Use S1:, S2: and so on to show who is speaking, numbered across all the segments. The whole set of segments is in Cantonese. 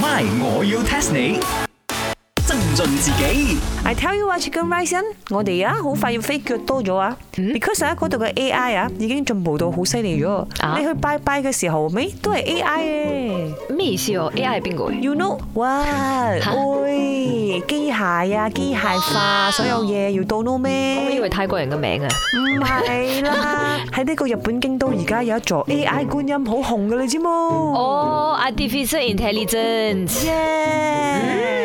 S1: My，我要 test 你。增進自己
S2: I tell you 啊，Chicken Rice Inn，我哋啊好快要飛腳多咗啊，because 啊嗰度嘅 AI 啊已經進步到好犀利咗
S3: 啊。
S2: 你去拜拜嘅時候，咪都係 AI 嘅
S3: 咩意思哦？AI 係邊個嘅？
S2: ，you know，哇，喂，機械啊，機械化，所有嘢要到 no
S3: 我以
S2: 咩？
S3: 為泰國人嘅名啊。
S2: 唔係啦，喺呢個日本京都而家有一座 AI 觀音好紅嘅，你知冇？
S3: 哦，artificial intelligence。
S2: 耶！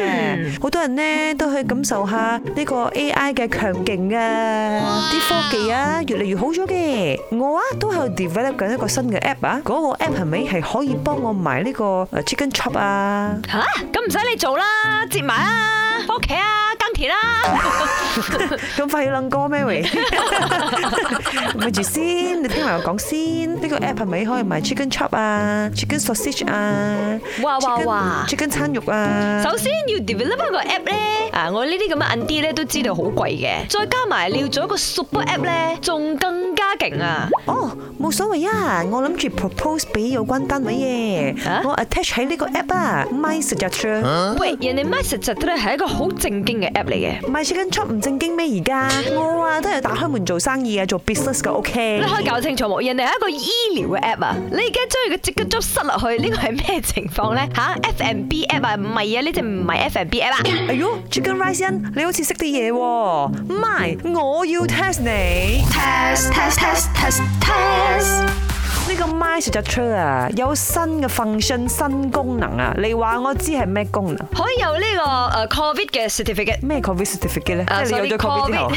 S2: 好多人呢都去感受下呢個 AI 嘅強勁啊，啲科技啊越嚟越好咗嘅。我啊都喺度 develop 緊一個新嘅 app 啊，嗰個 app 係咪係可以幫我埋呢個誒 chicken chop 啊？
S3: 吓，咁唔使你做啦，接埋啦，翻屋企啊，耕田啦。
S2: 咁快要楞歌咩 喂？咪住先，你聽埋我講先。呢個 app 係咪可以賣 chicken chop 啊、chicken sausage 啊、
S3: 哇哇
S2: chicken-
S3: 哇
S2: chicken 餐肉啊？
S3: 首先要 develop 一個 app 咧，啊，我呢啲咁嘅 n d 咧都知道好貴嘅，再加埋你要做一個 super app 咧，仲更加勁啊！
S2: 哦，冇所謂啊！我諗住 propose 俾有關單位
S3: 啊
S2: 嘅，我 attach 喺呢個 app 啊，my suggestion。
S3: 喂，人哋 message 咧係一個好正經嘅 app 嚟嘅，
S2: 賣 chicken chop 唔正經咩？而家我啊都係打開門做生意啊，做 business 噶，OK
S3: 你。可以搞清楚冇？人哋係一個醫療嘅 app 啊，你而家將佢嘅即刻 job 塞落去，呢個係咩情況咧？吓，F&B app 啊，唔係啊，呢隻唔係 F&B app 啊。
S2: 哎喲，Chicken Rice Inn，你好似識啲嘢喎，my，我要 test 你。
S4: test test test test test
S2: 呢個 My Suggestion 啊，有新嘅 function、新功能啊，你話我知係咩功能？
S3: 可以有呢個誒呃 covid 嘅 certificate，
S2: 咩 COVID certificate 咧？
S3: 啊
S2: 即係你有咗 COVID 之後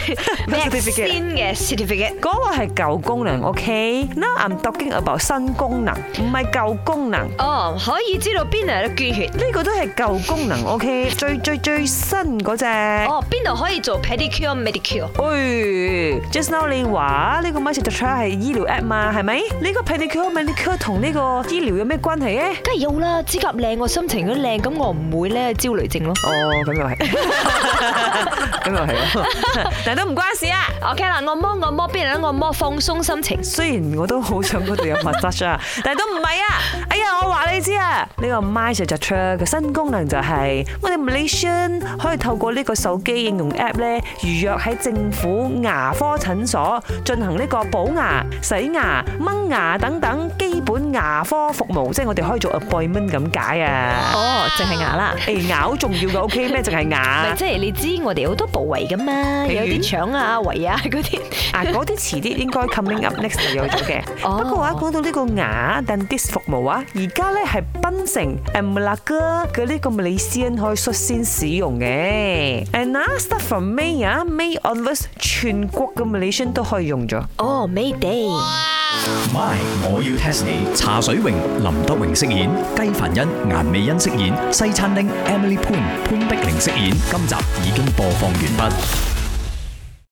S2: certificate。
S3: vaccine 嘅 certificate。
S2: 嗰個係舊功能，OK？Now I'm talking about 新功能，唔係舊功能。
S3: 哦，可以知道邊度有得捐血，
S2: 呢個都係舊功能，OK？最最最新嗰只。
S3: 哦，邊度可以做 pedicure、medicure。
S2: 喂，just now 你話呢個 My Suggestion 係醫療 app 嘛，係咪？呢個 pedicure、manicure 同呢個醫療有咩關係咧？
S3: 梗係有啦，指甲靚，我心情都靚，咁我唔會咧焦慮症咯。
S2: 哦，咁又係，咁又係喎，但都唔關事啊。
S3: OK 啦，按摩按摩，邊度有按摩放鬆心情。
S2: 雖然我都好想嗰度有 massage 啊， 但係都唔係啊！哎呀，我話你知啊，呢個 My Suggestion 嘅新功能就係我哋 Malaysian 可以透過呢個手機應用 app 咧，預約喺政府牙科診所進行呢個補牙、洗牙、掹牙等等基本牙科服務，即係我哋可以做 appointment 咁解啊！
S3: 哦，淨係牙啦。
S2: 誒，牙好重要嘅，OK 咩？淨係
S3: 咪
S2: 牙。
S3: 即係你知我哋好多部位噶嘛，
S2: 譬
S3: 有
S2: 如
S3: 啲腸啊、胃啊嗰啲。
S2: 啊，嗰啲遲啲應該 coming up next 就有咗嘅。
S3: 哦
S2: 不過話講到呢個牙 dentist 服務啊，而家咧係檳城誒馬拉哥嘅呢個 Malaysian 可以率先使用嘅。And now start from May 啊，May onwards 全國嘅 Malaysian 都可以用咗。
S3: 哦，Mayday。
S1: ，My，我要 test 你。茶水榮、林德榮飾演，雞凡欣、顏美欣飾演，西餐廳 Emily Poon 潘碧玲飾演。今集已經播放完畢。